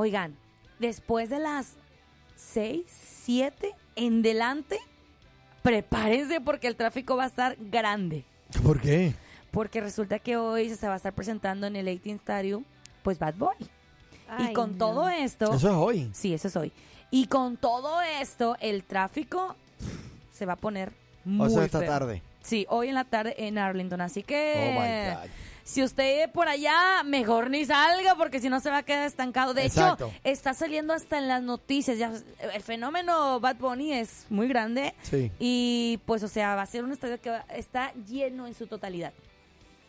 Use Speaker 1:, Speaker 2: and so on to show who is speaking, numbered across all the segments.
Speaker 1: Oigan, después de las 6, 7 en delante, prepárense porque el tráfico va a estar grande.
Speaker 2: ¿Por qué?
Speaker 1: Porque resulta que hoy se va a estar presentando en el 18 Stadium, pues Bad Bunny. y
Speaker 3: Ay,
Speaker 1: con
Speaker 3: no.
Speaker 1: todo esto...
Speaker 2: Eso es hoy.
Speaker 1: Sí, eso soy. Y con todo esto, el tráfico se va a poner muy
Speaker 2: o sea, esta
Speaker 1: feo.
Speaker 2: tarde.
Speaker 1: Sí, hoy en la tarde en Arlington. Así que
Speaker 2: Oh, my God.
Speaker 1: si usted por allá, mejor ni salga porque si no se va a quedar estancado. De
Speaker 2: Exacto.
Speaker 1: hecho, está saliendo hasta en las noticias. Ya, el fenómeno Bad Bunny es muy grande.
Speaker 2: Sí.
Speaker 1: Y pues, o sea, va a ser un estadio que va- está lleno en su totalidad.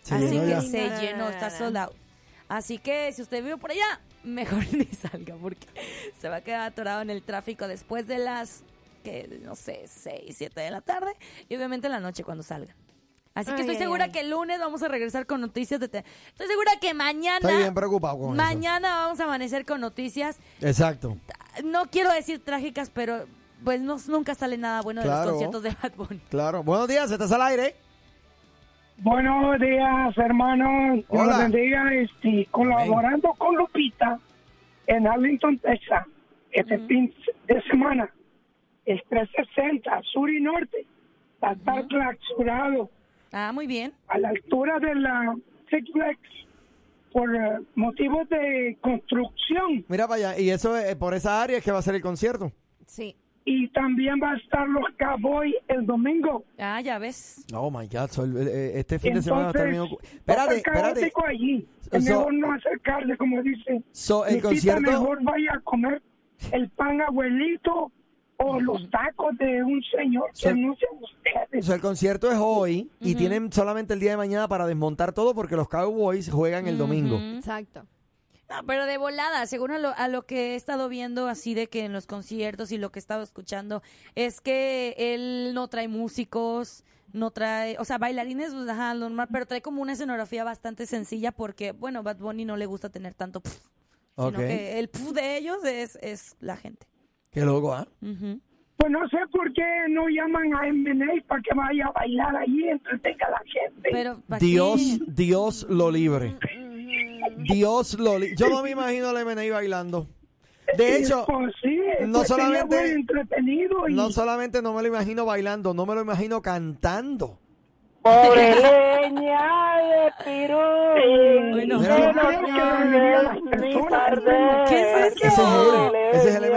Speaker 2: Sí,
Speaker 1: Así
Speaker 2: ¿no?
Speaker 1: que
Speaker 2: Ya.
Speaker 1: se
Speaker 3: No, no,
Speaker 1: llenó,
Speaker 3: no,
Speaker 1: está
Speaker 3: no.
Speaker 1: sold out. Así que si usted vive por allá, mejor ni salga porque se va a quedar atorado en el tráfico después de las, que no sé, 6, 7 de la tarde y obviamente en la noche cuando salga. Así que
Speaker 3: Ay,
Speaker 1: estoy
Speaker 3: ay,
Speaker 1: segura
Speaker 3: ay.
Speaker 1: que el lunes vamos a regresar con noticias de... te- estoy segura que mañana...
Speaker 2: Estoy bien preocupado con eso.
Speaker 1: mañana vamos a amanecer con noticias.
Speaker 2: Exacto.
Speaker 1: No quiero decir trágicas, pero pues no, nunca sale nada bueno de
Speaker 2: Claro.
Speaker 1: los conciertos de Bad Bunny.
Speaker 2: Claro. Buenos días, estás al aire.
Speaker 4: Buenos días, hermanos. Dios
Speaker 2: Hola.
Speaker 4: los bendiga. Este, colaborando con Lupita en Arlington, Texas, este fin de semana, el 360, sur y norte, va a estar clausurado
Speaker 1: Ah, muy bien.
Speaker 4: a la altura de la Six Flags por eh, motivos de construcción.
Speaker 2: Mira para allá. Y eso es, por esa área es que va a ser el concierto.
Speaker 3: Sí.
Speaker 4: Y también va a estar los Cowboys el domingo.
Speaker 1: Ah, ya ves.
Speaker 2: Oh my God. so, el- el- este fin de semana va a estar bien ocu-
Speaker 4: Entonces, va a
Speaker 2: Espérate,
Speaker 4: estar
Speaker 2: espérate.
Speaker 4: caótico allí.
Speaker 2: So-
Speaker 4: Es mejor no acercarse, como dice.
Speaker 2: So, el
Speaker 4: Lupita,
Speaker 2: concierto-
Speaker 4: mejor vaya a comer el pan abuelito o los tacos de un señor
Speaker 2: So-
Speaker 4: que no sean ustedes.
Speaker 2: O sea, el concierto es hoy y tienen solamente el día de mañana para desmontar todo porque los Cowboys juegan el domingo.
Speaker 3: Exacto.
Speaker 1: No, pero de volada, según a lo, a lo que he estado viendo así de que en los conciertos y lo que he estado escuchando, es que él no trae músicos, no trae, o sea, bailarines, pues, ajá, lo normal, pero trae como una escenografía bastante sencilla porque, bueno, Bad Bunny no le gusta tener tanto pf, sino
Speaker 2: Ok.
Speaker 1: que el pf de ellos es, es la gente.
Speaker 2: Qué loco, ¿ah?
Speaker 1: Ujú.
Speaker 4: Pues no sé por qué no llaman a MNA para que vaya a bailar allí y entretenga a la gente.
Speaker 1: Pero ¿pa' qué?
Speaker 2: Dios, Dios lo libre. Dios lo libre. Yo no me imagino al MNI bailando. De hecho,
Speaker 4: Pues sí,
Speaker 2: no
Speaker 4: pues sería
Speaker 2: solamente-
Speaker 4: muy entretenido y
Speaker 2: no solamente no me lo imagino bailando, no me lo imagino cantando.
Speaker 5: Pobre leña de pirul.
Speaker 1: Bueno.
Speaker 2: Mira,
Speaker 4: Yo
Speaker 5: que
Speaker 4: creo que deberían las
Speaker 5: no ni
Speaker 4: personas,
Speaker 5: arder.
Speaker 1: ¿Qué es eso?
Speaker 2: Ese es L, ese es el
Speaker 5: Leña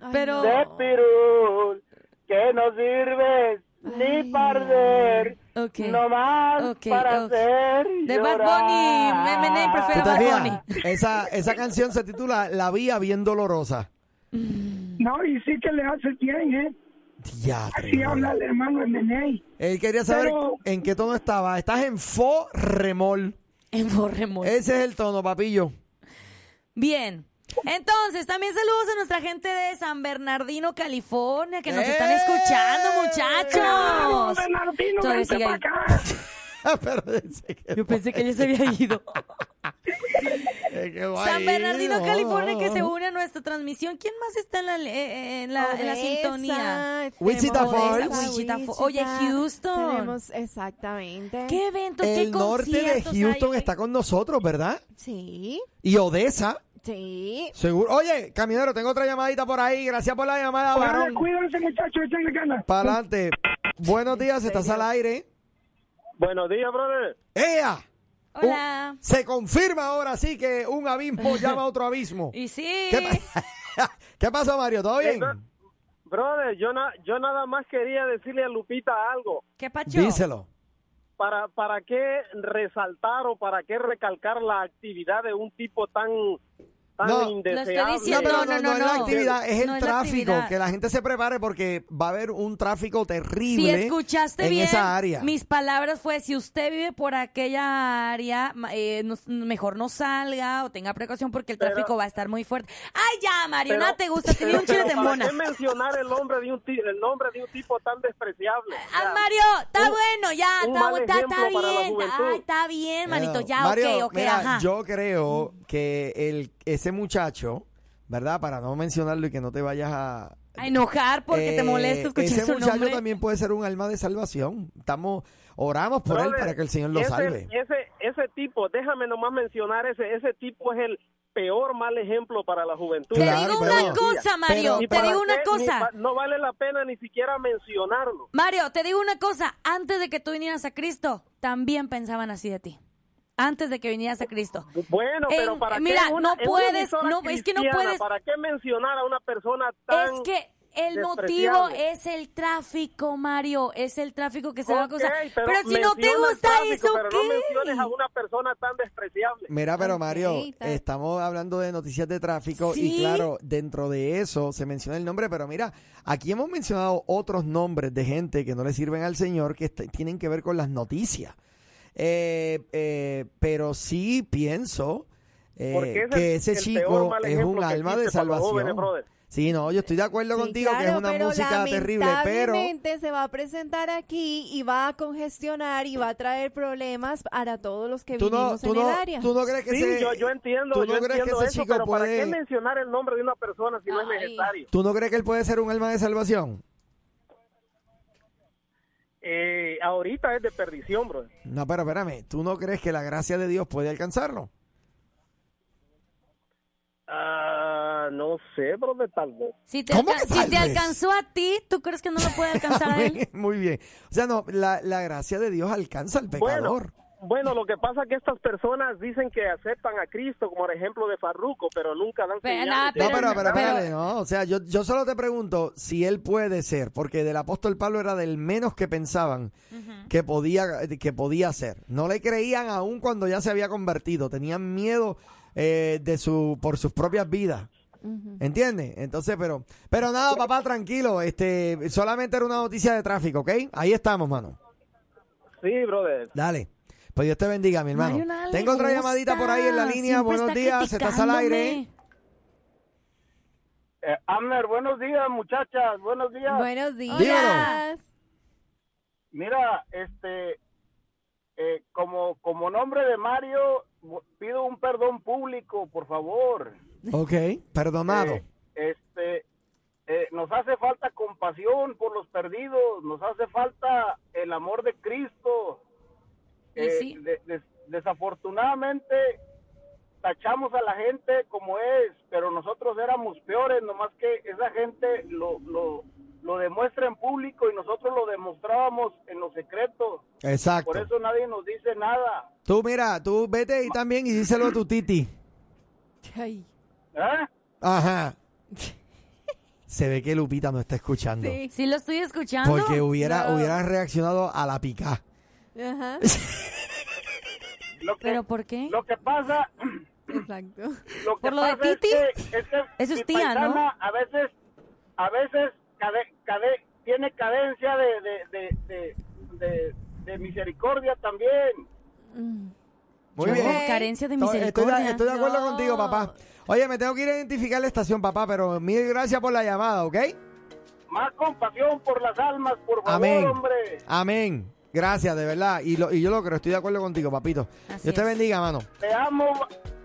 Speaker 2: MNI.
Speaker 1: Pero-
Speaker 5: De pirul, que no sirves
Speaker 3: Ay.
Speaker 5: ni para arder,
Speaker 1: Ok.
Speaker 5: no más
Speaker 1: Ok,
Speaker 5: para
Speaker 1: ok.
Speaker 5: hacer
Speaker 1: De Bad
Speaker 5: llorar.
Speaker 1: Bunny, MNA prefiere
Speaker 2: ¿Tú te
Speaker 1: Bad
Speaker 2: fijas?
Speaker 1: Bunny.
Speaker 2: Esa, esa canción se titula La Vía Bien Dolorosa.
Speaker 4: no, y sí que le hace bien, ¿eh?
Speaker 2: Diatre,
Speaker 4: Así habla el hermano MNA.
Speaker 2: Él quería saber
Speaker 4: Pero-
Speaker 2: en qué tono estaba. Estás en Fo Remol.
Speaker 1: Emborremos.
Speaker 2: Ese es el tono, papillo.
Speaker 1: Bien. Entonces, también saludos a nuestra gente de San Bernardino, California, que nos están
Speaker 2: ¡Eh!
Speaker 1: escuchando,
Speaker 4: Claro,
Speaker 1: muchachos.
Speaker 4: Bernardino,
Speaker 1: Todavía
Speaker 4: vente
Speaker 1: sigue
Speaker 4: para
Speaker 1: ahí.
Speaker 4: acá.
Speaker 2: Pero ese que-
Speaker 1: Yo pensé que ya se había ido.
Speaker 2: ese que va
Speaker 1: San
Speaker 2: ahí,
Speaker 1: Bernardino,
Speaker 2: no,
Speaker 1: California,
Speaker 2: no,
Speaker 1: que se
Speaker 2: no.
Speaker 1: une a nuestra transmisión. ¿Quién más está en la, eh, eh, en la, en la sintonía?
Speaker 2: Wichita Falls.
Speaker 1: Wichita Falls. Oye, Houston.
Speaker 3: Tenemos exactamente.
Speaker 1: ¿Qué eventos, qué
Speaker 2: El norte de
Speaker 1: conciertos hay?
Speaker 2: Houston está con nosotros, ¿verdad?
Speaker 3: Sí,
Speaker 2: Y Odessa,
Speaker 3: sí.
Speaker 2: seguro. Oye, camionero, tengo otra llamadita por ahí. Gracias por la llamada,
Speaker 4: Órale,
Speaker 2: varón.
Speaker 4: Cuídense, muchachos, échenle ganas.
Speaker 2: Para adelante. Buenos días, estás al aire.
Speaker 6: Buenos días, brother.
Speaker 2: ¡Ea!
Speaker 1: Hola.
Speaker 2: Un- se confirma ahora sí que un abismo llama a otro abismo.
Speaker 1: Y sí.
Speaker 2: ¿Qué, pa- ¿Qué pasó, Mario? ¿Todo bien?
Speaker 6: Eso- Brother, yo, na- yo nada más quería decirle a Lupita algo.
Speaker 1: ¿Qué pacho?
Speaker 2: Díselo.
Speaker 6: ¿Para, ¿Para qué resaltar o para qué recalcar la actividad de un tipo tan, tan
Speaker 2: No. Lo estoy
Speaker 6: indeseable.
Speaker 2: No,
Speaker 1: diciendo,
Speaker 2: pero no,
Speaker 1: no,
Speaker 2: no,
Speaker 1: no,
Speaker 2: es la
Speaker 1: no.
Speaker 2: actividad, es el
Speaker 1: No es la
Speaker 2: tráfico.
Speaker 1: actividad.
Speaker 2: Que la gente se prepare porque va a haber un tráfico terrible
Speaker 1: Si escuchaste
Speaker 2: en
Speaker 1: bien,
Speaker 2: esa área.
Speaker 1: mis palabras fue, si usted vive por aquella área, ma- eh, no- mejor no salga o tenga precaución porque el tráfico va a estar muy fuerte. ¡Ay, ya, Mariona,
Speaker 6: Pero-
Speaker 1: te gusta! Tenía un
Speaker 6: pero
Speaker 1: chile de
Speaker 6: ¿para
Speaker 1: mona.
Speaker 6: qué mencionar el nombre de un, ti- el nombre de un tipo tan despreciable? O
Speaker 1: ¡Ah,
Speaker 6: sea,
Speaker 1: Mario! ¡Está
Speaker 6: un-
Speaker 1: bueno! ¡Ya!
Speaker 6: un
Speaker 1: ¡Está
Speaker 6: mal
Speaker 1: bueno! ¡Está
Speaker 6: ejemplo
Speaker 1: está
Speaker 6: para la
Speaker 1: bien!
Speaker 6: juventud.
Speaker 1: ¡Ay, está bien, manito!
Speaker 2: Claro.
Speaker 1: Ya,
Speaker 2: Eh, Mario,
Speaker 1: ok, ok,
Speaker 2: mira,
Speaker 1: ajá.
Speaker 2: Yo creo que el, ese muchacho, ¿verdad? Para no mencionarlo y que no te vayas a.
Speaker 1: A enojar porque te
Speaker 2: Eh,
Speaker 1: molesta escuchar
Speaker 2: Ese
Speaker 1: su
Speaker 2: muchacho
Speaker 1: nombre.
Speaker 2: también puede ser un alma de salvación. Estamos, oramos por él
Speaker 6: brother,
Speaker 2: para que el Señor lo
Speaker 6: ese-
Speaker 2: salve.
Speaker 6: Ese, ese tipo, déjame nomás mencionar ese, ese tipo es el peor mal ejemplo para la juventud.
Speaker 1: Te
Speaker 2: Claro,
Speaker 1: digo
Speaker 2: pero-
Speaker 1: una cosa, Mario.
Speaker 2: pero-
Speaker 6: Ni
Speaker 1: te
Speaker 6: para
Speaker 1: digo una
Speaker 6: qué, ni
Speaker 1: cosa.
Speaker 6: pa- no vale la pena ni siquiera mencionarlo.
Speaker 1: Mario, te digo una cosa, antes de que tú vinieras a Cristo, también pensaban así de ti. Antes de que vinieras a Cristo.
Speaker 6: Bueno, pero
Speaker 1: En-
Speaker 6: para qué
Speaker 1: Eh, mira,
Speaker 6: en una-
Speaker 1: no
Speaker 6: en una
Speaker 1: puedes,
Speaker 6: emisora
Speaker 1: no, es que no
Speaker 6: cristiana,
Speaker 1: puedes.
Speaker 6: ¿Para qué mencionar a una persona tan
Speaker 1: Es que el
Speaker 6: despreciable.
Speaker 1: motivo es el tráfico, Mario, es el tráfico que se va a
Speaker 6: Ok,
Speaker 1: causar. Pero, si
Speaker 6: menciona
Speaker 1: no te
Speaker 6: el
Speaker 1: gusta
Speaker 6: tráfico,
Speaker 1: eso,
Speaker 6: pero no
Speaker 1: ¿qué?
Speaker 6: menciones a una persona tan despreciable.
Speaker 2: Mira, pero
Speaker 3: Ok,
Speaker 2: Mario,
Speaker 3: está-
Speaker 2: estamos hablando de noticias de tráfico
Speaker 1: Sí.
Speaker 2: y claro, dentro de eso se menciona el nombre, pero mira, aquí hemos mencionado otros nombres de gente que no le sirven al Señor que est- tienen que ver con las noticias. Eh, eh, pero sí pienso eh,
Speaker 6: Porque ese
Speaker 2: que
Speaker 6: es
Speaker 2: ese
Speaker 6: el peor
Speaker 2: chico
Speaker 6: mal
Speaker 2: es
Speaker 6: ejemplo
Speaker 2: un
Speaker 6: que
Speaker 2: alma de
Speaker 6: existe para los jóvenes,
Speaker 2: salvación.
Speaker 6: brother.
Speaker 2: Sí, no, yo estoy de acuerdo
Speaker 3: Sí,
Speaker 2: contigo que es
Speaker 3: claro,
Speaker 2: una
Speaker 3: pero
Speaker 2: música terrible, pero...
Speaker 3: lamentablemente se va a presentar aquí y va a congestionar y va a traer problemas para todos los que
Speaker 2: Tú no,
Speaker 3: vivimos
Speaker 2: tú,
Speaker 3: en el
Speaker 2: no,
Speaker 3: área.
Speaker 2: tú no crees que
Speaker 6: Sí,
Speaker 2: ese-
Speaker 6: yo, yo entiendo,
Speaker 2: ¿Tú no
Speaker 6: yo
Speaker 2: crees
Speaker 6: entiendo
Speaker 2: que ese
Speaker 6: eso,
Speaker 2: chico
Speaker 6: pero ¿para
Speaker 2: puede-
Speaker 6: qué mencionar el nombre de una persona si no es
Speaker 3: Ay.
Speaker 6: necesario?
Speaker 2: ¿Tú no crees que él puede ser un alma de salvación?
Speaker 6: Eh, ahorita es de perdición, brother.
Speaker 2: No, pero espérame, ¿tú no crees que la gracia de Dios puede alcanzarlo?
Speaker 6: Ah, no sé, brother, tal vez.
Speaker 1: Si te,
Speaker 2: ¿Cómo
Speaker 1: alca-
Speaker 2: que
Speaker 1: si
Speaker 2: tal
Speaker 1: te
Speaker 2: vez?
Speaker 1: alcanzó a ti, ¿tú crees que no lo puede alcanzar a él?
Speaker 2: Muy bien. O sea, no, la, la gracia de Dios alcanza al
Speaker 6: Bueno,
Speaker 2: pecador.
Speaker 6: bueno, lo que pasa es que estas personas dicen que aceptan a Cristo, como el ejemplo de Farruco, pero nunca dan
Speaker 1: Pero,
Speaker 6: señales
Speaker 1: nada,
Speaker 6: de
Speaker 2: no,
Speaker 6: ello.
Speaker 2: pero, pero,
Speaker 1: pero-
Speaker 2: espérate, no. O sea, yo, yo solo te pregunto si él puede ser, porque del apóstol Pablo era del menos que pensaban que, podía, que podía ser. No le creían aún cuando ya se había convertido. Tenían miedo eh, de su, por sus propias vidas. ¿Entiendes? Entonces, pero, pero nada, papá, tranquilo. Este, solamente era una noticia de tráfico, ¿ok? Ahí estamos, mano.
Speaker 6: Sí, brother.
Speaker 2: Dale. Pues Dios te bendiga, mi hermano.
Speaker 1: Mario, nada le
Speaker 2: Tengo otra
Speaker 1: gusta.
Speaker 2: llamadita por ahí en la línea.
Speaker 1: Siempre
Speaker 2: Buenos
Speaker 1: está
Speaker 2: días, estás al aire.
Speaker 1: criticándome.
Speaker 5: Eh, Amner, buenos días, muchachas, buenos días.
Speaker 3: Buenos días.
Speaker 2: Dímelo.
Speaker 5: Mira, este, eh, como, como nombre de Mario, bu- pido un perdón público, por favor.
Speaker 2: Ok, perdonado.
Speaker 5: Eh, este, eh, nos hace falta compasión por los perdidos, nos hace falta el amor de Cristo. Eh,
Speaker 1: Y sí.
Speaker 5: de- des- desafortunadamente tachamos a la gente como es, pero nosotros éramos peores, nomás que esa gente lo, lo, lo demuestra en público y nosotros lo demostrábamos en lo secreto.
Speaker 2: Exacto.
Speaker 5: Por eso nadie nos dice nada.
Speaker 2: Tú mira, tú vete y también y díselo a tu titi.
Speaker 3: Ay,
Speaker 5: ¿Eh?
Speaker 2: Ajá. Se ve que Lupita no está escuchando.
Speaker 3: sí.
Speaker 1: Sí lo estoy escuchando.
Speaker 2: Porque hubiera,
Speaker 3: No.
Speaker 2: hubiera reaccionado a la pica.
Speaker 3: Ajá,
Speaker 5: Lo que,
Speaker 1: ¿Pero por qué?
Speaker 5: lo que pasa
Speaker 3: exacto.
Speaker 5: lo que
Speaker 1: Por lo de
Speaker 5: pasa es
Speaker 1: Titi,
Speaker 5: que- es que
Speaker 1: eso es
Speaker 5: mi
Speaker 1: tía, ¿no?
Speaker 5: paisana A veces, a veces cade- cade- tiene cadencia de, de, de, de, de- de misericordia también.
Speaker 2: Muy
Speaker 1: Yo,
Speaker 2: bien.
Speaker 1: carencia de
Speaker 2: Estoy- Estoy,
Speaker 1: misericordia.
Speaker 2: de, estoy de acuerdo
Speaker 3: No.
Speaker 2: contigo, papá. Oye, me tengo que ir a identificar la estación, papá, pero mil gracias por la llamada, ¿ok?
Speaker 5: Más compasión por las almas, por favor,
Speaker 2: Amén.
Speaker 5: hombre.
Speaker 2: Amén. Gracias, de verdad. Y, lo, y yo lo creo, estoy de acuerdo contigo, papito.
Speaker 1: Así
Speaker 2: Dios te
Speaker 1: es.
Speaker 2: bendiga, mano.
Speaker 5: Te amo,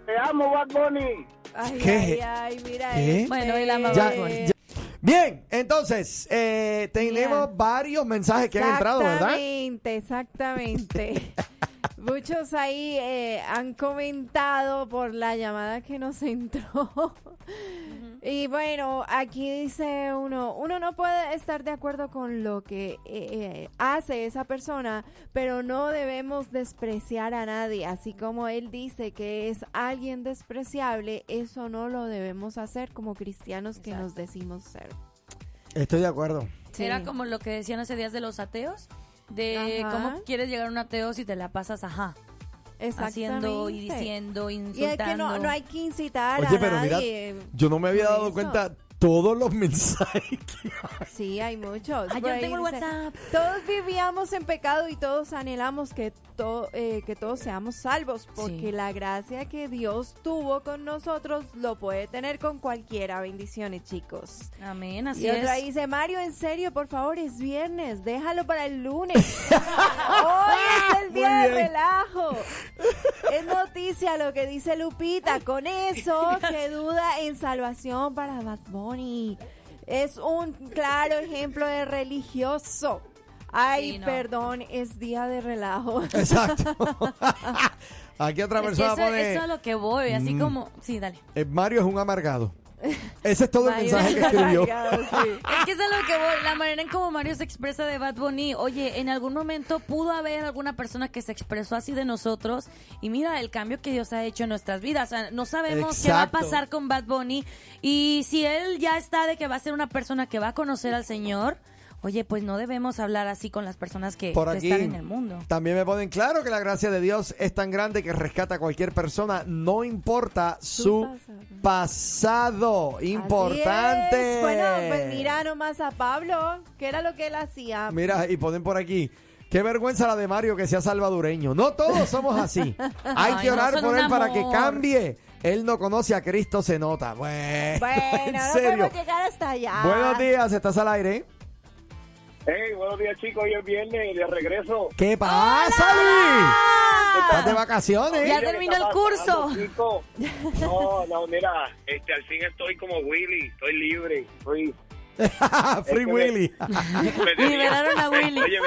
Speaker 5: te amo, Bad Bunny.
Speaker 3: Ay,
Speaker 2: ¿Qué?
Speaker 3: ay, ay, mira
Speaker 2: ¿Qué?
Speaker 3: este.
Speaker 1: Bueno, él ama
Speaker 2: Ya,
Speaker 1: Bad Bunny.
Speaker 2: ya. Bien, entonces, eh, tenemos
Speaker 3: Mira.
Speaker 2: varios mensajes que han entrado, ¿verdad?
Speaker 3: Exactamente, exactamente. Muchos ahí eh, han comentado por la llamada que nos entró. Y bueno, aquí dice uno, uno no puede estar de acuerdo con lo que eh, eh, hace esa persona, pero no debemos despreciar a nadie. Así como él dice que es alguien despreciable, eso no lo debemos hacer como cristianos que nos decimos ser.
Speaker 2: Estoy de acuerdo.
Speaker 1: Era
Speaker 3: Sí.
Speaker 1: como lo que decían hace días de los ateos, de
Speaker 3: Ajá.
Speaker 1: cómo quieres llegar a un ateo si te la pasas, ajá.
Speaker 3: Exactamente.
Speaker 1: haciendo y diciendo,
Speaker 3: Y es
Speaker 1: insultando.
Speaker 3: que no, no hay que incitar
Speaker 2: Oye,
Speaker 3: a
Speaker 2: pero mira,
Speaker 3: nadie.
Speaker 2: yo no me había
Speaker 3: por
Speaker 2: dado
Speaker 3: eso.
Speaker 2: cuenta todos los mensajes que
Speaker 3: Sí, hay muchos.
Speaker 1: Ah,
Speaker 3: Por
Speaker 1: yo
Speaker 3: ahí
Speaker 1: tengo el
Speaker 3: dice,
Speaker 1: WhatsApp.
Speaker 3: Todos vivíamos en pecado y todos anhelamos que, to- eh, que todos seamos salvos, porque
Speaker 1: Sí.
Speaker 3: la gracia que Dios tuvo con nosotros lo puede tener con cualquiera. Bendiciones, chicos.
Speaker 1: Amén, así
Speaker 3: eh. y otra
Speaker 1: es.
Speaker 3: dice, Mario, en serio, por favor, es viernes, déjalo para el lunes. Hoy es el día de
Speaker 2: Muy bien.
Speaker 3: relajo. Es noticia lo que dice Lupita. Con eso, que duda en salvación para Bad Bunny. Es un claro ejemplo de religioso. Ay,
Speaker 1: Sí, no.
Speaker 3: perdón, es día de relajo.
Speaker 2: Exacto. Aquí otra
Speaker 1: Es que
Speaker 2: persona
Speaker 1: eso,
Speaker 2: pone,
Speaker 1: eso es a lo que voy, así
Speaker 2: Mm.
Speaker 1: como... Sí, dale.
Speaker 2: eh, Mario es un amargado. Ese es todo el
Speaker 3: Mario
Speaker 2: mensaje que escribió.
Speaker 3: Delgado, sí.
Speaker 1: Es que es a lo que voy, la manera en como Mario se expresa de Bad Bunny. Oye, en algún momento pudo haber alguna persona que se expresó así de nosotros y mira el cambio que Dios ha hecho en nuestras vidas. O sea, no sabemos qué va a
Speaker 2: Exacto.
Speaker 1: pasar con Bad Bunny y si él ya está de que va a ser una persona que va a conocer al Señor, oye, pues no debemos hablar así con las personas que,
Speaker 2: Por
Speaker 1: que
Speaker 2: aquí
Speaker 1: están en el mundo.
Speaker 2: también me ponen claro que la gracia de Dios es tan grande que rescata a cualquier persona, no importa su pasado. Importante.
Speaker 3: Así es. Bueno, pues mira nomás a Pablo, que era lo que él hacía.
Speaker 2: Mira, y ponen por aquí. Qué vergüenza la de Mario que sea salvadoreño. No todos somos así. Hay
Speaker 1: Ay,
Speaker 2: que
Speaker 1: no,
Speaker 2: orar
Speaker 1: son
Speaker 2: por
Speaker 1: un
Speaker 2: él para que
Speaker 1: amor.
Speaker 2: cambie. Él no conoce a Cristo, se nota. Bueno,
Speaker 3: Bueno,
Speaker 2: en
Speaker 3: no
Speaker 2: serio.
Speaker 3: podemos llegar hasta allá.
Speaker 2: Buenos días, estás al aire.
Speaker 5: Hey, buenos días chicos, hoy es viernes de regreso.
Speaker 2: ¿Qué pasa, Luis? Estás de vacaciones.
Speaker 1: Ya terminó el curso.
Speaker 5: curso. No, no, mira, este, al fin estoy como Willy, estoy libre. Estoy,
Speaker 2: Ah, Free
Speaker 5: Este,
Speaker 2: Willy.
Speaker 5: me
Speaker 1: Liberaron a Willy.
Speaker 5: Oye,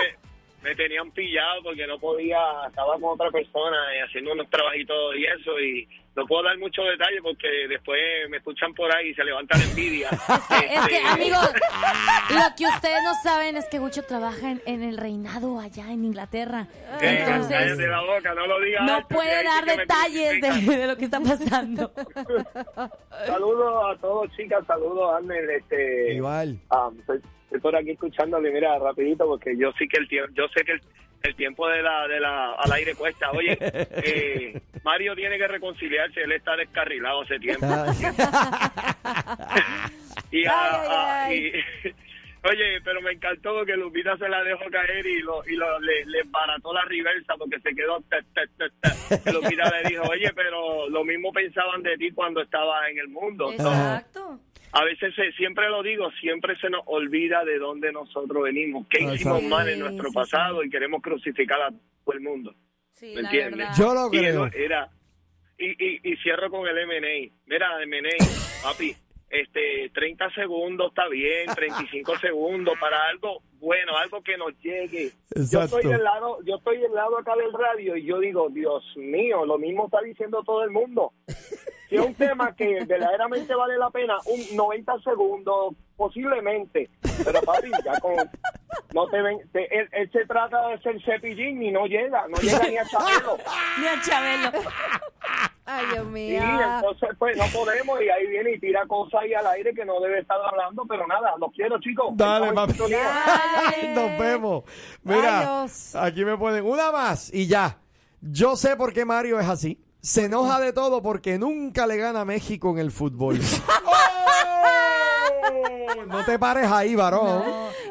Speaker 5: me, me tenían pillado porque no podía, estaba con otra persona y haciendo unos trabajitos y eso y no puedo dar mucho detalle porque después me escuchan por ahí y se levanta la envidia.
Speaker 1: Es que, es que,
Speaker 5: Este,
Speaker 1: amigos, lo que ustedes no saben es que Gucho trabaja en, en el reinado allá en Inglaterra.
Speaker 5: eh,
Speaker 1: Entonces,
Speaker 5: cállate la boca, no lo digas.
Speaker 1: no
Speaker 5: alto, que ahí
Speaker 1: puede
Speaker 5: sí
Speaker 1: dar
Speaker 5: que me
Speaker 1: detalles
Speaker 5: crucifican.
Speaker 1: de, de lo que está pasando.
Speaker 5: Saludos a todos, chicas. Saludos, Arnel. Este,
Speaker 2: Igual.
Speaker 5: am, estoy, estoy por aquí escuchándole, mira, rapidito, porque yo sí que el tiempo, yo sé que el, el tiempo de la, de la, al aire cuesta. Oye, eh, Mario tiene que reconciliarse, él está descarrilado hace tiempo.
Speaker 2: Ah.
Speaker 5: Y, a-
Speaker 3: Ay,
Speaker 5: a-
Speaker 3: ay,
Speaker 5: y- oye, pero me encantó porque Lupita se la dejó caer y, lo, y lo- le, le embarató la reversa porque se quedó. te, te, te, te. Y Lupita le dijo, oye, pero lo mismo pensaban de ti cuando estabas en el mundo.
Speaker 1: Exacto.
Speaker 5: A veces se- siempre lo digo, siempre se nos olvida de dónde nosotros venimos, qué hicimos
Speaker 2: Exacto.
Speaker 5: mal en nuestro
Speaker 3: Sí, sí,
Speaker 5: pasado y queremos crucificar a todo el mundo.
Speaker 1: Sí,
Speaker 5: ¿Me
Speaker 1: la
Speaker 5: entiendes?
Speaker 1: verdad.
Speaker 2: Yo lo
Speaker 5: Y él
Speaker 2: creo.
Speaker 5: era y, y, y cierro con el M&A. Mira, M&A, papi, este 30 segundos está bien, 35 segundos para algo bueno, algo que nos llegue. Yo
Speaker 2: Exacto.
Speaker 5: estoy del lado, yo estoy del lado acá del radio y yo digo, Dios mío, lo mismo está diciendo todo el mundo. Si es un tema que verdaderamente vale la pena, un 90 segundos posiblemente, pero papi, ya con no te ven, te- él, él se trata de ser cepillín y no llega, no llega ni a saberlo.
Speaker 1: Mira, Chabelo.
Speaker 3: Ay, Dios
Speaker 5: Sí,
Speaker 3: mío.
Speaker 5: entonces pues no podemos y ahí viene y tira cosas ahí al aire que no debe estar hablando, pero nada, los quiero chicos.
Speaker 2: Dale,
Speaker 5: Estamos en
Speaker 2: papi.
Speaker 5: sintonía.
Speaker 3: Dale.
Speaker 2: Nos vemos. Mira,
Speaker 3: Adiós.
Speaker 2: aquí me ponen una más y ya. Yo sé por qué Mario es así. Se enoja de todo porque nunca le gana a México en el fútbol. ¡Oh! No te pares ahí, varón.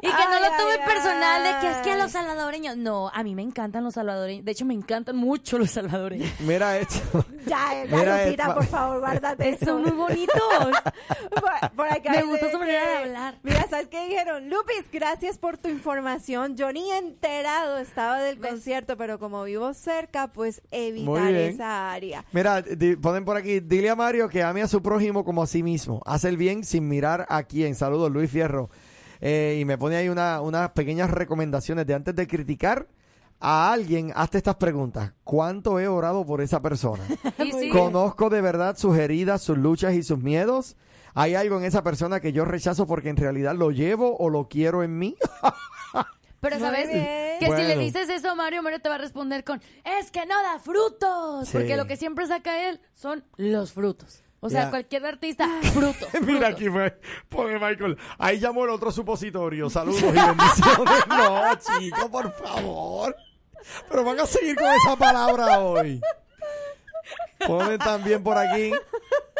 Speaker 1: Y que no
Speaker 3: Ay,
Speaker 1: lo tome
Speaker 3: ay,
Speaker 1: personal de que es que a
Speaker 3: ay.
Speaker 1: los salvadoreños. No, a mí me encantan los salvadoreños. De hecho, me encantan mucho los salvadoreños.
Speaker 2: Mira esto.
Speaker 3: Ya, ya,
Speaker 2: Mira, eh,
Speaker 3: Lupita,
Speaker 2: es-
Speaker 3: por favor, guárdate eso.
Speaker 1: Son muy bonitos.
Speaker 3: Por- por acá
Speaker 1: Me
Speaker 3: dice
Speaker 1: gustó su manera de
Speaker 3: que-
Speaker 1: hablar.
Speaker 3: Mira, ¿sabes qué dijeron? Lupis, gracias por tu información. Yo ni enterado estaba del concierto, pero como vivo cerca, pues evitar
Speaker 2: bien.
Speaker 3: esa área.
Speaker 2: Mira, di- ponen por aquí, dile a Mario que ame a su prójimo como a sí mismo. Hace el bien sin mirar a quién. Saludos, Luis Fierro. Eh, y me pone ahí una- unas pequeñas recomendaciones de antes de criticar a alguien, hazte estas preguntas. ¿Cuánto he orado por esa persona?
Speaker 1: Y sí,
Speaker 2: Conozco de verdad sus heridas, sus luchas y sus miedos. ¿Hay algo en esa persona que yo rechazo porque en realidad lo llevo o lo quiero en mí?
Speaker 1: pero
Speaker 3: Muy
Speaker 1: sabes
Speaker 3: bien.
Speaker 1: que si le
Speaker 2: Bueno.
Speaker 1: dices eso a Mario, Mario te va a responder con es que no da frutos.
Speaker 2: Sí.
Speaker 1: Porque lo que siempre saca él son los frutos. O sea,
Speaker 2: Ya.
Speaker 1: cualquier artista, fruto. fruto.
Speaker 2: Mira aquí fue, pone Michael. Ahí llamó el otro supositorio. Saludos y bendiciones. No, chico, por favor. Pero van a seguir con esa palabra hoy. Ponen también por aquí.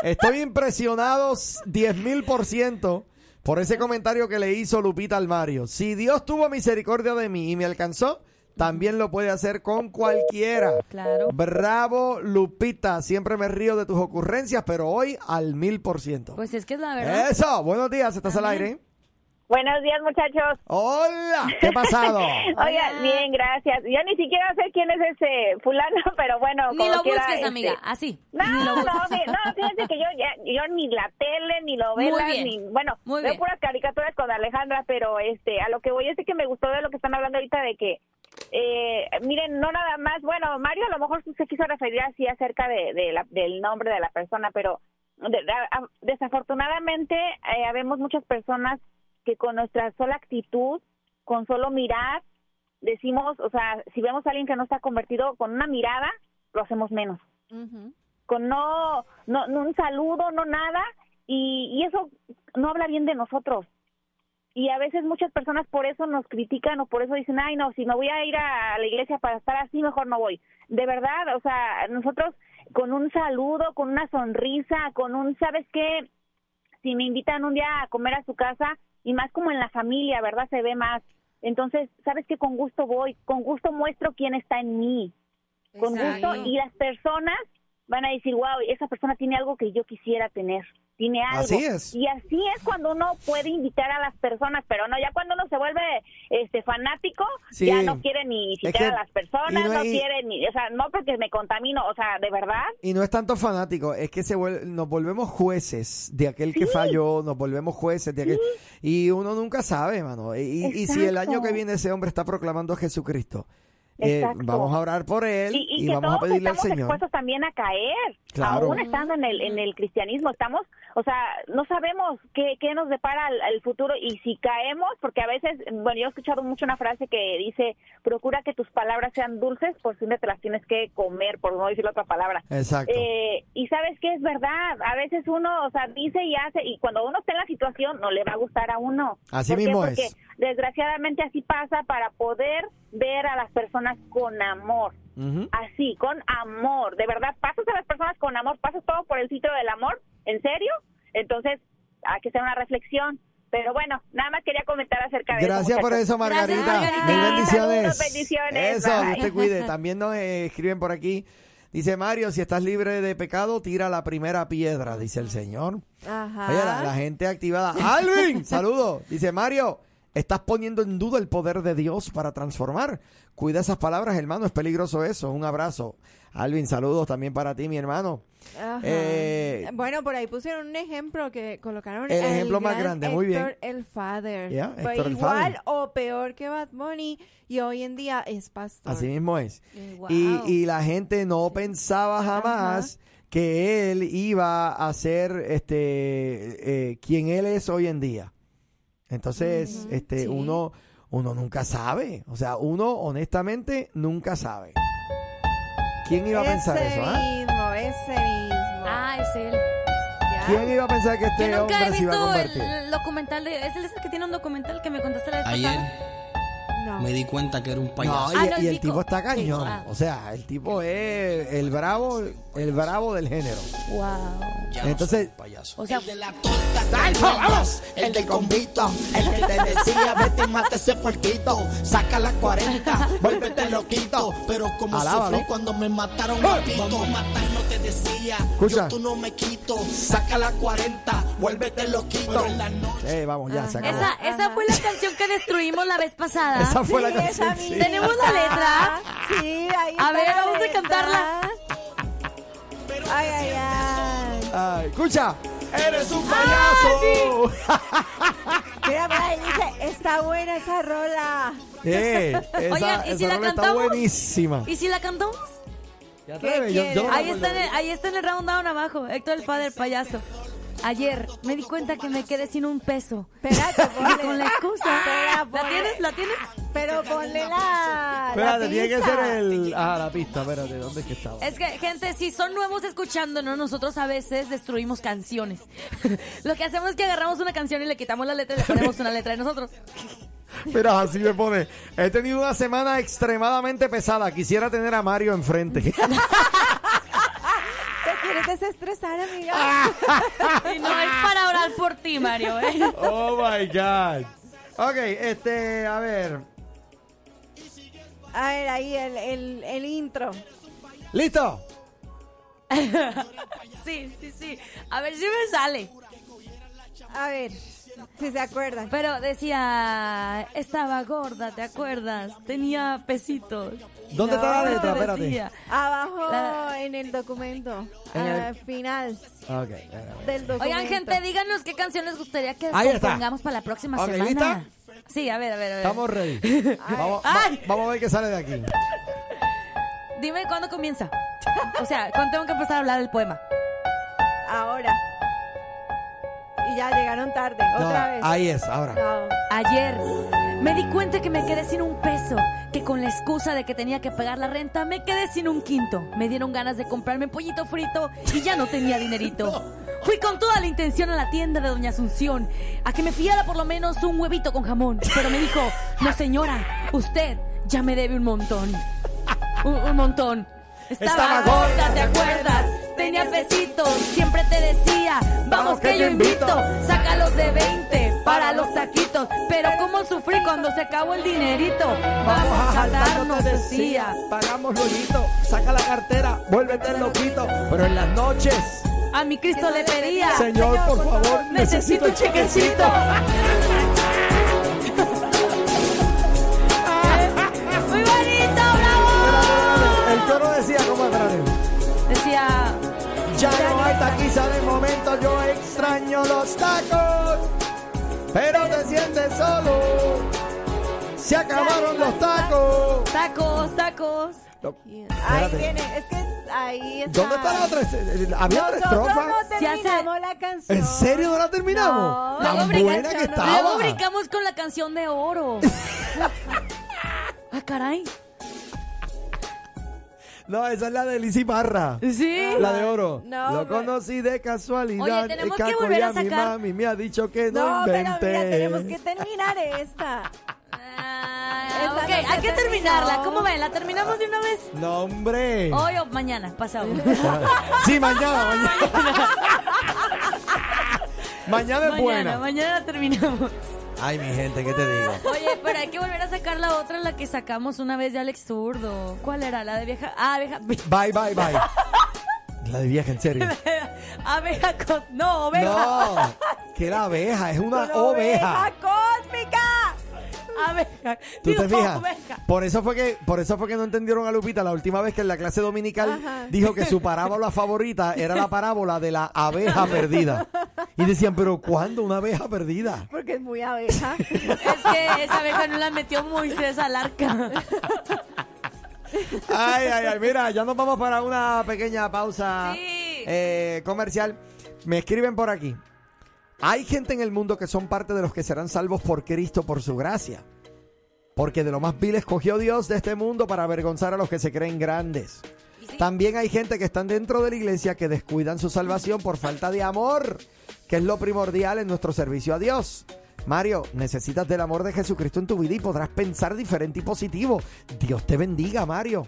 Speaker 2: Estoy impresionado 10.000% por ese comentario que le hizo Lupita al Mario. Si Dios tuvo misericordia de mí y me alcanzó, también lo puede hacer con cualquiera.
Speaker 1: Claro.
Speaker 2: Bravo, Lupita. Siempre me río de tus ocurrencias, pero hoy al 1000%.
Speaker 1: Pues es que es la verdad.
Speaker 2: Eso, buenos días, estás al aire.
Speaker 7: Buenos días, muchachos.
Speaker 2: Hola, ¿qué ha pasado?
Speaker 7: Oigan, bien, gracias. Yo ni siquiera sé quién es ese fulano, pero bueno.
Speaker 8: Ni
Speaker 7: como
Speaker 8: lo
Speaker 7: quiera,
Speaker 8: busques,
Speaker 7: este,
Speaker 8: amiga, así.
Speaker 7: No,
Speaker 8: Ni
Speaker 7: no,
Speaker 8: lo busques.
Speaker 7: mi- no, fíjense que yo, ya- yo ni la tele, ni novelas,
Speaker 8: Muy bien.
Speaker 7: ni... Bueno,
Speaker 8: Muy
Speaker 7: veo
Speaker 8: bien.
Speaker 7: puras caricaturas con Alejandra, pero este, a lo que voy es de que me gustó de lo que están hablando ahorita de que, eh, miren, no nada más, bueno, Mario a lo mejor se quiso referir así acerca de, de la- del nombre de la persona, pero de- a- a- desafortunadamente eh, habemos muchas personas que con nuestra sola actitud, con solo mirar, decimos, o sea, si vemos a alguien que no está convertido, con una mirada lo hacemos menos con no, no, no un saludo, no nada, y, y eso no habla bien de nosotros. Y a veces muchas personas por eso nos critican o por eso dicen, ay, no, si me voy a ir a la iglesia para estar así, mejor no voy. De verdad, o sea, nosotros con un saludo, con una sonrisa, con un, ¿sabes qué? Si me invitan un día a comer a su casa, y más como en la familia, ¿verdad? Se ve más. Entonces, ¿sabes qué? Con gusto voy, con gusto muestro quién está en mí con gusto y las personas van a decir, wow, esa persona tiene algo que yo quisiera tener, tiene algo.
Speaker 2: Así es.
Speaker 7: Y así es cuando uno puede invitar a las personas, pero no, ya cuando uno se vuelve este fanático,
Speaker 2: Sí.
Speaker 7: ya no quiere ni
Speaker 2: Es
Speaker 7: visitar
Speaker 2: que-
Speaker 7: a las personas,
Speaker 2: y no
Speaker 7: no,
Speaker 2: hay-
Speaker 7: quiere ni, o sea, no porque me contamino, o sea, de verdad,
Speaker 2: Y no es tanto fanático, es que se vuel- nos volvemos jueces de aquel que falló, nos volvemos jueces de aquel... Y uno nunca sabe, mano. Y, y- y si el año
Speaker 7: Exacto.
Speaker 2: que viene ese hombre está proclamando a Jesucristo, eh,
Speaker 7: Exacto.
Speaker 2: vamos a orar por él
Speaker 7: y,
Speaker 2: y,
Speaker 7: y que
Speaker 2: vamos a
Speaker 7: todos
Speaker 2: pedirle al
Speaker 7: estamos
Speaker 2: Señor.
Speaker 7: expuestos también a caer,
Speaker 2: Claro.
Speaker 7: aún estando en el, en el cristianismo, estamos, o sea, no sabemos qué, qué nos depara el, el futuro y si caemos, porque a veces, bueno, yo he escuchado mucho una frase que dice, procura que tus palabras sean dulces, por si no te las tienes que comer, por no decir la otra palabra.
Speaker 2: Exacto.
Speaker 7: Eh, y sabes que es verdad, a veces uno, o sea, dice y hace, y cuando uno está en la situación, no le va a gustar a uno.
Speaker 2: Así
Speaker 7: ¿Por qué?
Speaker 2: mismo
Speaker 7: Porque
Speaker 2: es.
Speaker 7: desgraciadamente así pasa para poder ver a las personas con amor
Speaker 2: Ujú.
Speaker 7: así, con amor. De verdad, pasas a las personas con amor, pasas todo por el sitio del amor, ¿en serio? Entonces, hay que hacer una reflexión. Pero bueno, nada más quería comentar acerca de eso.
Speaker 2: Gracias por
Speaker 7: muchachos.
Speaker 2: eso, Margarita.
Speaker 8: Margarita.
Speaker 2: Mil
Speaker 7: Saludos,
Speaker 2: bendiciones.
Speaker 7: bendiciones.
Speaker 2: Eso,
Speaker 7: Bye, bye.
Speaker 2: Dios te cuide. También nos eh, escriben por aquí. Dice Mario, si estás libre de pecado, tira la primera piedra, dice el Señor.
Speaker 3: Ajá.
Speaker 2: Oye, la,
Speaker 7: Ah.
Speaker 2: la gente activada. Alvin, saludo. Dice Mario, estás poniendo en duda el poder de Dios para transformar. Cuida esas palabras, hermano, es peligroso eso. Un abrazo. Alvin, saludos también para ti, mi hermano.
Speaker 3: Ajá.
Speaker 2: Eh,
Speaker 3: bueno, por ahí pusieron un ejemplo que colocaron.
Speaker 2: El
Speaker 3: al
Speaker 2: ejemplo más
Speaker 3: gran
Speaker 2: grande, muy bien.
Speaker 3: Héctor El Father.
Speaker 2: Ya,
Speaker 3: Fue
Speaker 2: Héctor el
Speaker 3: igual
Speaker 2: Father.
Speaker 3: o peor que Bad Bunny y hoy en día es pastor.
Speaker 7: Ah.
Speaker 2: Así mismo es.
Speaker 8: Wow.
Speaker 2: Y, y la gente no pensaba jamás que él iba a ser este eh, quien él es hoy en día. Entonces, este,
Speaker 3: sí.
Speaker 2: uno, uno nunca sabe. O sea, uno honestamente nunca sabe. ¿Quién iba a pensar
Speaker 3: ese
Speaker 2: eso? ah?
Speaker 3: mismo, ese mismo.
Speaker 8: Ah, es él.
Speaker 3: Ya.
Speaker 2: ¿Quién iba a pensar que
Speaker 8: Yo
Speaker 2: este
Speaker 8: nunca he
Speaker 2: hombre se iba a
Speaker 8: visto
Speaker 2: convertir?
Speaker 8: el documental de... Es el ese que tiene un documental que me contaste la vez pasada.
Speaker 9: Ayer
Speaker 3: No.
Speaker 9: me di cuenta que era un
Speaker 2: No,
Speaker 9: payaso.
Speaker 2: y,
Speaker 8: Ah, no, el
Speaker 2: y el
Speaker 8: Vico.
Speaker 2: tipo está cañón.
Speaker 8: Ah.
Speaker 2: O sea, el tipo es el bravo, el bravo del género.
Speaker 8: Wow.
Speaker 9: Ya no
Speaker 2: Entonces-
Speaker 9: soy un payaso.
Speaker 8: O sea,
Speaker 9: de la torta el del convito, el que te decía vete y mate ese puerquito, saca la 40, vuélvete loquito, pero como
Speaker 2: Alábalo.
Speaker 9: sufrí cuando me mataron a pito, matar no te decía, yo
Speaker 2: Escucha.
Speaker 9: tú no me quito, saca la 40, vuélvete loquito, Pero en la noche
Speaker 2: Eh, vamos, ya, se acabó.
Speaker 8: Ah, esa, esa fue la canción que destruimos la vez pasada.
Speaker 2: Esa Ah, fue la
Speaker 3: Sí,
Speaker 2: canción.
Speaker 3: esa
Speaker 2: sí.
Speaker 3: misma.
Speaker 8: ¿Tenemos la letra?
Speaker 3: Sí, ahí
Speaker 8: A
Speaker 3: está
Speaker 8: ver,
Speaker 3: la
Speaker 8: vamos a
Speaker 3: letra.
Speaker 8: cantarla.
Speaker 3: Ay, ay, ay.
Speaker 2: Ay, escucha. Eres un
Speaker 8: Ah,
Speaker 2: payaso.
Speaker 3: Mira, por ahí dice, está buena esa rola.
Speaker 2: Eh, esa,
Speaker 8: Oigan, ¿y
Speaker 2: esa
Speaker 8: si la
Speaker 2: rola está
Speaker 8: cantamos?
Speaker 2: buenísima.
Speaker 8: ¿Y si la cantamos?
Speaker 2: ¿Qué
Speaker 3: atreves? Yo- yo no me
Speaker 8: Ahí está, en el, ahí está en el round down abajo, Héctor el padre payaso. Ayer me di cuenta que me quedé sin un peso.
Speaker 3: Espérate,
Speaker 8: Y
Speaker 3: ponle.
Speaker 8: con la excusa.
Speaker 3: Espera,
Speaker 8: ¿La
Speaker 3: ponle-
Speaker 8: tienes? ¿La tienes?
Speaker 3: Pero ponle la.
Speaker 2: Espérate,
Speaker 3: la
Speaker 2: tiene que
Speaker 3: pista.
Speaker 2: ser el. Ah, la pista, espérate, ¿dónde es que estaba?
Speaker 8: Es que, gente, si son nuevos escuchándonos, nosotros a veces destruimos canciones. Lo que hacemos es que agarramos una canción y le quitamos la letra y le ponemos una letra de nosotros.
Speaker 2: Mira, así me pone. He tenido una semana extremadamente pesada. Quisiera tener a Mario enfrente.
Speaker 3: Te quieres desestresar,
Speaker 8: Ah.
Speaker 3: amiga.
Speaker 8: Y no es para orar por ti, Mario. ¿eh?
Speaker 2: oh my God. Ok, este, a ver.
Speaker 3: A ver, ahí el, el, el intro.
Speaker 2: ¿Listo?
Speaker 8: Sí, sí, sí. A ver si me sale.
Speaker 3: A ver, si se acuerdan.
Speaker 8: Pero decía, estaba gorda, ¿te acuerdas? Tenía pesitos.
Speaker 2: ¿Dónde está la
Speaker 8: Pero
Speaker 2: letra? Espérate.
Speaker 8: decía,
Speaker 3: Abajo
Speaker 8: La-
Speaker 3: en el documento.
Speaker 2: En el-
Speaker 3: al final
Speaker 2: Ok, espera, espera.
Speaker 3: del documento.
Speaker 8: Oigan, gente, díganos qué canción les gustaría que
Speaker 2: Ahí está.
Speaker 8: pongamos para la próxima
Speaker 2: Ok,
Speaker 8: semana. Sí, a ver, a ver, a ver.
Speaker 2: Estamos ready. Vamos, va-
Speaker 8: Ay.
Speaker 2: vamos a ver qué sale de aquí.
Speaker 8: Dime cuándo comienza. O sea, cuándo tengo que empezar a hablar del poema.
Speaker 3: Ahora. Y ya llegaron tarde,
Speaker 2: No,
Speaker 3: otra vez.
Speaker 2: ahí es, ahora.
Speaker 3: No.
Speaker 8: Ayer me di cuenta que me quedé sin un peso, que con la excusa de que tenía que pagar la renta me quedé sin un quinto. Me dieron ganas de comprarme pollito frito y ya no tenía dinerito. Fui con toda la intención a la tienda de Doña Asunción a que me fiara por lo menos un huevito con jamón, pero me dijo, no señora, usted ya me debe un montón. Un, un montón. Estaba
Speaker 2: Estaba
Speaker 8: gorda,
Speaker 2: gorda,
Speaker 8: ¿te acuerdas? Tenía pesitos, siempre te decía, vamos que yo invito, sácalos de 20 para los taquitos, pero cómo sufrí cuando se acabó el dinerito, vamos a
Speaker 2: saltar, no
Speaker 8: nos
Speaker 2: te
Speaker 8: decía.
Speaker 2: Pagamos luego, saca la cartera, vuélvete loquito. Pero en las noches,
Speaker 8: A mi Cristo le pedía,
Speaker 2: señor, por favor,
Speaker 8: necesito un chequecito. Muy bonito, bravo.
Speaker 2: El coro decía, ¿cómo espérate?
Speaker 8: Decía,
Speaker 2: Ya no hay taquiza de momento, yo extraño los tacos. Pero te sientes solo. Se acabaron los tacos.
Speaker 8: tacos, tacos.
Speaker 2: No,
Speaker 3: Ahí
Speaker 2: espérate.
Speaker 3: viene, es que ahí está.
Speaker 2: ¿Dónde está la otra? es- ¿Había otra
Speaker 3: Nosotros
Speaker 2: estrofa?
Speaker 3: no
Speaker 8: Ya sé.
Speaker 3: terminamos la canción.
Speaker 2: ¿En serio no la terminamos?
Speaker 3: No,
Speaker 2: Tan
Speaker 8: luego
Speaker 2: buena
Speaker 3: brincas,
Speaker 2: que
Speaker 3: no,
Speaker 2: estaba.
Speaker 8: Luego brincamos con la canción de oro. ah, caray.
Speaker 2: No, esa es la de Lizzy Parra.
Speaker 8: Sí.
Speaker 2: La de oro.
Speaker 3: No,
Speaker 2: Lo
Speaker 3: hombre.
Speaker 2: conocí de casualidad.
Speaker 8: Oye, tenemos que
Speaker 2: Caco y
Speaker 8: volver a
Speaker 2: mi
Speaker 8: sacar-
Speaker 2: mami me ha dicho que no,
Speaker 3: No, pero
Speaker 2: inventé.
Speaker 3: mira, tenemos que terminar esta.
Speaker 8: Ah,
Speaker 3: Esa
Speaker 8: ok,
Speaker 3: no se
Speaker 8: hay que
Speaker 3: terminó.
Speaker 8: terminarla. ¿Cómo ven? ¿La terminamos de una vez?
Speaker 2: No, hombre.
Speaker 8: Hoy o mañana, pasado.
Speaker 2: Sí, mañana, mañana. mañana es
Speaker 8: mañana,
Speaker 2: buena.
Speaker 8: mañana la terminamos.
Speaker 2: Ay, mi gente, ¿qué te digo?
Speaker 8: Oye, pero hay que volver a sacar la otra, la que sacamos una vez de Alex Zurdo. ¿Cuál era? La de vieja. Ah, vieja.
Speaker 2: Bye, bye, bye. La de vieja, en serio.
Speaker 8: Abeja con. No, oveja.
Speaker 2: No, que la abeja, es una
Speaker 3: Pero
Speaker 2: oveja.
Speaker 3: oveja cósmica!
Speaker 8: Abeja.
Speaker 2: ¿Tú
Speaker 8: Digo,
Speaker 2: te fijas?
Speaker 8: oveja.
Speaker 2: Por eso fue que por eso fue que no entendieron a Lupita la última vez que en la clase dominical
Speaker 3: Ajá.
Speaker 2: dijo que su parábola favorita era la parábola de la abeja perdida. Y decían, "¿Pero cuándo una abeja perdida?"
Speaker 3: Porque es muy abeja.
Speaker 8: Es que esa abeja no la metió Moisés al arca.
Speaker 2: Ay, ay, ay, mira, ya nos vamos para una pequeña pausa
Speaker 8: Sí.
Speaker 2: eh, comercial. Me escriben por aquí. Hay gente en el mundo que son parte de los que serán salvos por Cristo, por su gracia. Porque de lo más vil escogió Dios de este mundo para avergonzar a los que se creen grandes. También hay gente que están dentro de la iglesia que descuidan su salvación por falta de amor, que es lo primordial en nuestro servicio a Dios. Mario, necesitas del amor de Jesucristo en tu vida y podrás pensar diferente y positivo. Dios te bendiga, Mario.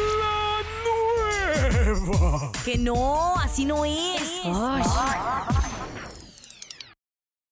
Speaker 10: La
Speaker 8: Ah,
Speaker 10: Nueva.
Speaker 8: Que no, así no es.